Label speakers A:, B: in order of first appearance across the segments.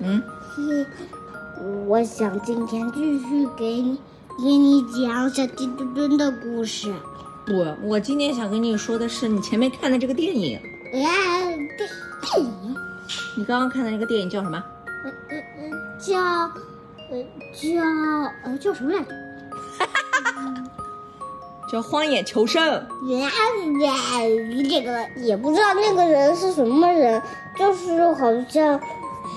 A: 嗯，
B: 嘿我想今天继续给你给你讲小鸡墩墩的故事。
A: 我我今天想跟你说的是，你前面看的这个电影，
B: 哎，电电影，
A: 你刚刚看的那个电影叫什么？
B: 呃呃呃，叫呃叫呃叫什么来着？
A: 叫《荒野求生》。
B: 呀呀，这个呃也不知道那个人是什么人，就是好像，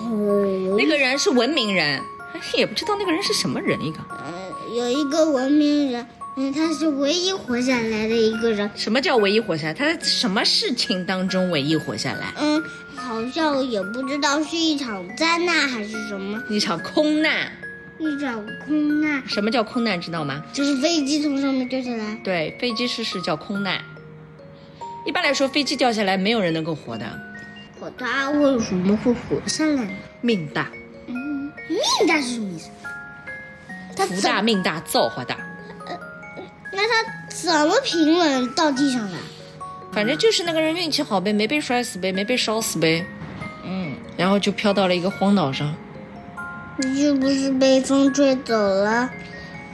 B: 呃，有
A: 那个人是文明人，但是也不知道那个人是什么人。一个
B: 呃有一个文明人，嗯，他是唯一活下来的一个人，
A: 什么叫唯一活下来？他在什么事情当中唯一活下来？
B: 嗯，好像也不知道是一场灾难还是什么，
A: 一场空难。
B: 一场空难，
A: 什么叫空难？知道吗？
B: 就是飞机从上面掉下来，
A: 对，飞机失事叫空难。一般来说，飞机掉下来没有人能够活的，
B: 可他为什么会活下来呢？
A: 命大
B: 嗯，命大是什么意思？他
A: 福
B: 怎
A: 大命大造化大，
B: 那他怎么平稳到地上的？
A: 反正就是那个人运气好呗，没被摔死呗，没被烧死呗，嗯，然后就飘到了一个荒岛上，
B: 你是不是被风吹走了？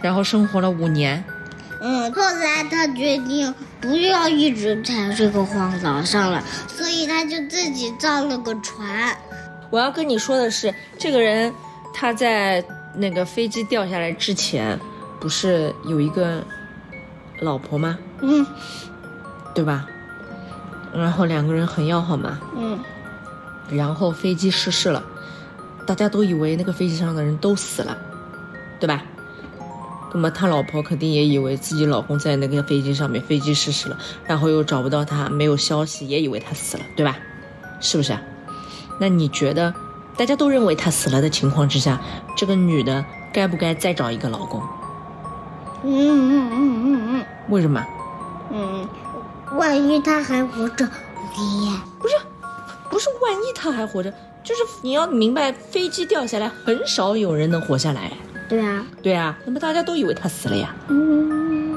A: 然后生活了五年。
B: 嗯，后来他决定不要一直在这个荒岛上了，所以他就自己造了个船。
A: 我要跟你说的是，这个人他在那个飞机掉下来之前，不是有一个老婆吗？
B: 嗯
A: 对吧？然后两个人很要好嘛，
B: 嗯
A: 然后飞机失事了，大家都以为那个飞机上的人都死了，对吧？那么他老婆肯定也以为自己老公在那个飞机上面，飞机失事了，然后又找不到他，没有消息，也以为他死了，对吧？是不是啊？那你觉得，大家都认为他死了的情况之下，这个女的该不该再找一个老公？
B: 嗯嗯嗯嗯
A: 为什么？
B: 嗯嗯，万一他还活着，你呀，
A: 不是万一他还活着，就是你要明白，飞机掉下来很少有人能活下来。
B: 对啊，
A: 对啊，那么大家都以为他死了呀。
B: 嗯，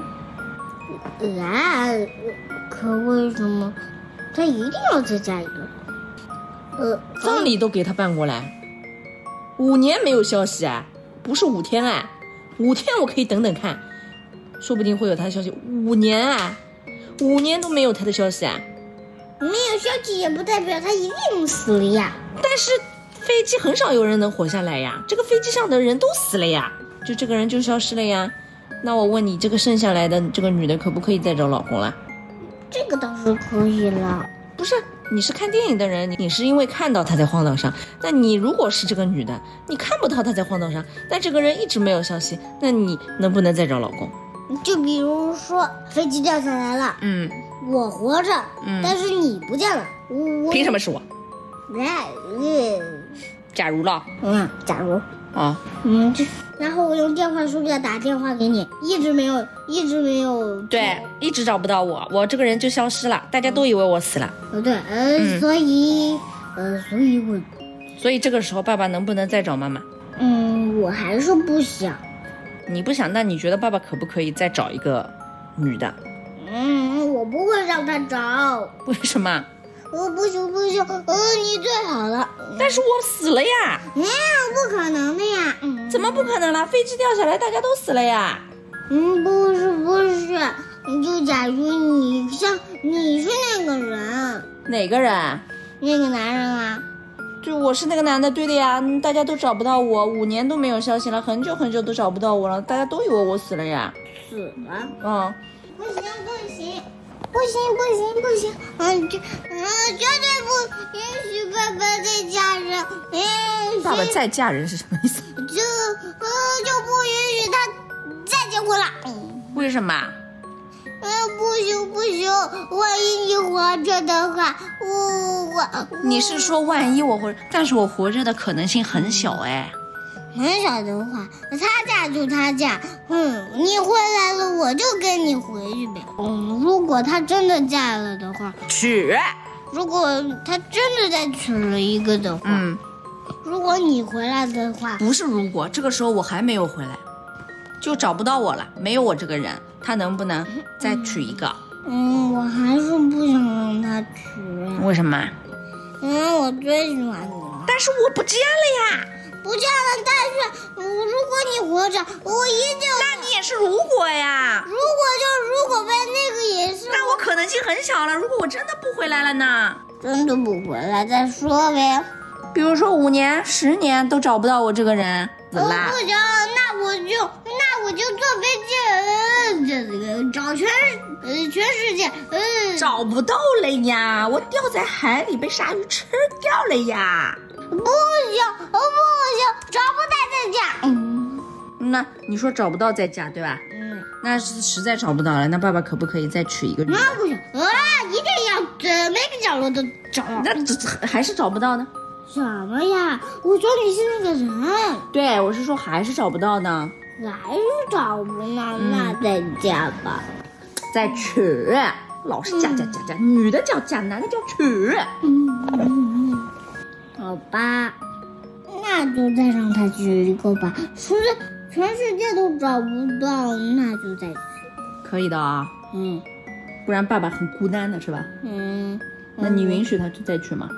B: 啊，可为什么他一定要再加一个？呃，
A: 葬礼都给他办过来，五年没有消息啊，不是五天啊，五天我可以等等看，说不定会有他的消息。五年啊，五年都没有他的消息啊，
B: 没有消息也不代表他一定死了呀。
A: 但是飞机很少有人能活下来呀，这个飞机上的人都死了呀，就这个人就消失了呀。那我问你，这个剩下来的这个女的可不可以再找老公了？
B: 这个倒是可以了。
A: 不是，你是看电影的人，你你是因为看到他在荒岛上。那你如果是这个女的，你看不到她在荒岛上，但这个人一直没有消息，那你能不能再找老公？
B: 就比如说飞机掉下来了，
A: 嗯，
B: 我活着，
A: 嗯
B: 但是你不见了，我我
A: 凭什么是我？
B: 来，嗯
A: 假如了
B: 嗯，假如
A: 啊，
B: 嗯，这然后我用电话手表打电话给你，一直没有，一直没有
A: 对，一直找不到我，我这个人就消失了，大家都以为我死了。
B: 呃对呃、
A: 嗯
B: 所以呃所以我
A: 所以这个时候，爸爸能不能再找妈妈？
B: 嗯我还是不想，
A: 你不想，那你觉得爸爸可不可以再找一个女的？
B: 嗯我不会让他找，
A: 为什么？
B: 呃不行不行，呃你最好了，
A: 但是我死了呀，
B: 嗯不可能的呀，嗯。
A: 怎么不可能啦？飞机掉下来，大家都死了呀。
B: 嗯，不是不是，就假如你像你是那个人，
A: 哪个人？
B: 那个男人啊，
A: 就我是那个男的，对的呀，大家都找不到我，五年都没有消息了，很久很久都找不到我了，大家都以为我死了呀。
B: 死了，
A: 嗯，
B: 不行不行，不行不行不行，嗯，这嗯绝对不允许爸爸再嫁人，嗯，
A: 爸爸
B: 谁
A: 再嫁人是什么意思？
B: 就呃就不允许他再结婚了，嗯，
A: 为什么？
B: 嗯不行不行，万一你活着的话，我嗯我
A: 你是说万一我活，但是我活着的可能性很小哎。
B: 很少的话，他嫁就他嫁，嗯，你回来了我就跟你回去呗。嗯，如果他真的嫁了的话，
A: 娶，
B: 如果他真的再娶了一个的话，
A: 嗯，
B: 如果你回来的话，
A: 不是如果，这个时候我还没有回来，就找不到我了，没有我这个人，他能不能再娶一个？
B: 嗯，我还是不想让他娶。
A: 为什么？
B: 嗯，我最喜欢你了。
A: 但但是我不见了呀。
B: 不见了，但是我如果你活着，我一定。
A: 那你也是如果呀，
B: 如果就如果被那个也是
A: 那我可能性很小了。如果我真的不回来了呢？
B: 真的不回来再说呗。
A: 比如说五年、十年都找不到我这个人，
B: 我不行，那我就那我就坐飞机，呃，这个找全呃全世界，呃，
A: 找不到了呀！我掉在海里被鲨鱼吃掉了呀！
B: 不行，呃不行，找不到再见。嗯
A: 那你说找不到再嫁对吧？
B: 嗯，
A: 那是实在找不到了，那爸爸可不可以再娶一个女的？
B: 那不行，啊，一定要呃每个角落都找。
A: 那这这还是找不到呢？
B: 什么呀？我说你是那个人。
A: 对，我是说还是找不到呢，
B: 还是找不到，那再加吧。
A: 再娶，老是嫁嫁嫁嫁，女的叫嫁，男的叫娶。
B: 好吧，那就再让他去一个吧。实在全世界都找不到，那就再去。
A: 可以的啊，
B: 嗯
A: 不然爸爸很孤单的是吧？
B: 嗯，
A: 那你允许他去再娶吗？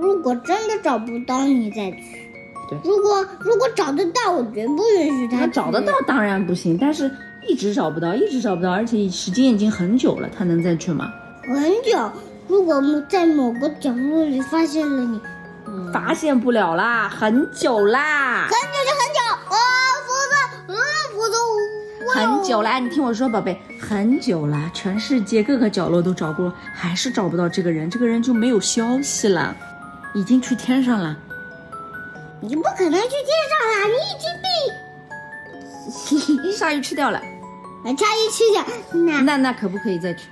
B: 如果真的找不到，你再去。
A: 对
B: 如果如果找得到，我绝不允许他
A: 他
B: 去
A: 找得到。当然不行，但是一直找不到，一直找不到，而且时间已经很久了，他能再去吗？
B: 很久。如果在某个角落里发现了你，
A: 发现不了啦，很久啦，
B: 很久就很久，呃，否则呃，否则我
A: 很久啦。你听我说，宝贝，很久啦，全世界各个角落都找过，还是找不到这个人，这个人就没有消息了，已经去天上了。
B: 你不可能去天上啦，你已经被
A: 鲨鱼吃掉了，
B: 呃鲨鱼吃掉，那
A: 那那可不可以再去？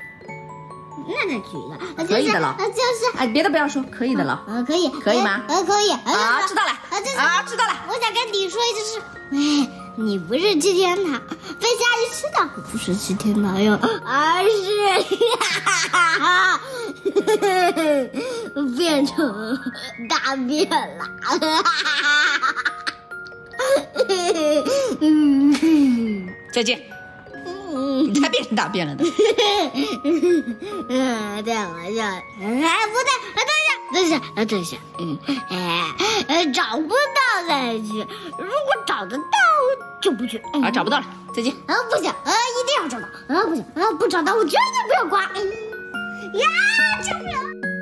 B: 那再举一个，呃
A: 可以的了
B: 就是呃就是
A: 哎，别的不要说，可以的了。
B: 呃可以，
A: 可以吗
B: 呃呃可以，
A: 啊，知
B: 道。
A: 道了
B: 啊这，
A: 啊，知道了。
B: 我想跟你说一件事，哎，你不是去天堂被鲨鱼吃掉，不是去天堂哟，而啊是哈哈哈变成大便了。哈哈哈哈嗯
A: 再见。
B: 嗯
A: 你才变成大便了呢。
B: 嗯，对，我就哎，不对，等一下，等一下，等一下，嗯，哎，呃找不到再去，如果找得到就不去。嗯、
A: 啊，找不到了，再见。
B: 啊，不行，啊，呃哎一定要找到，啊，不行，啊，不找到我绝对不要刮。嗯呀，救命！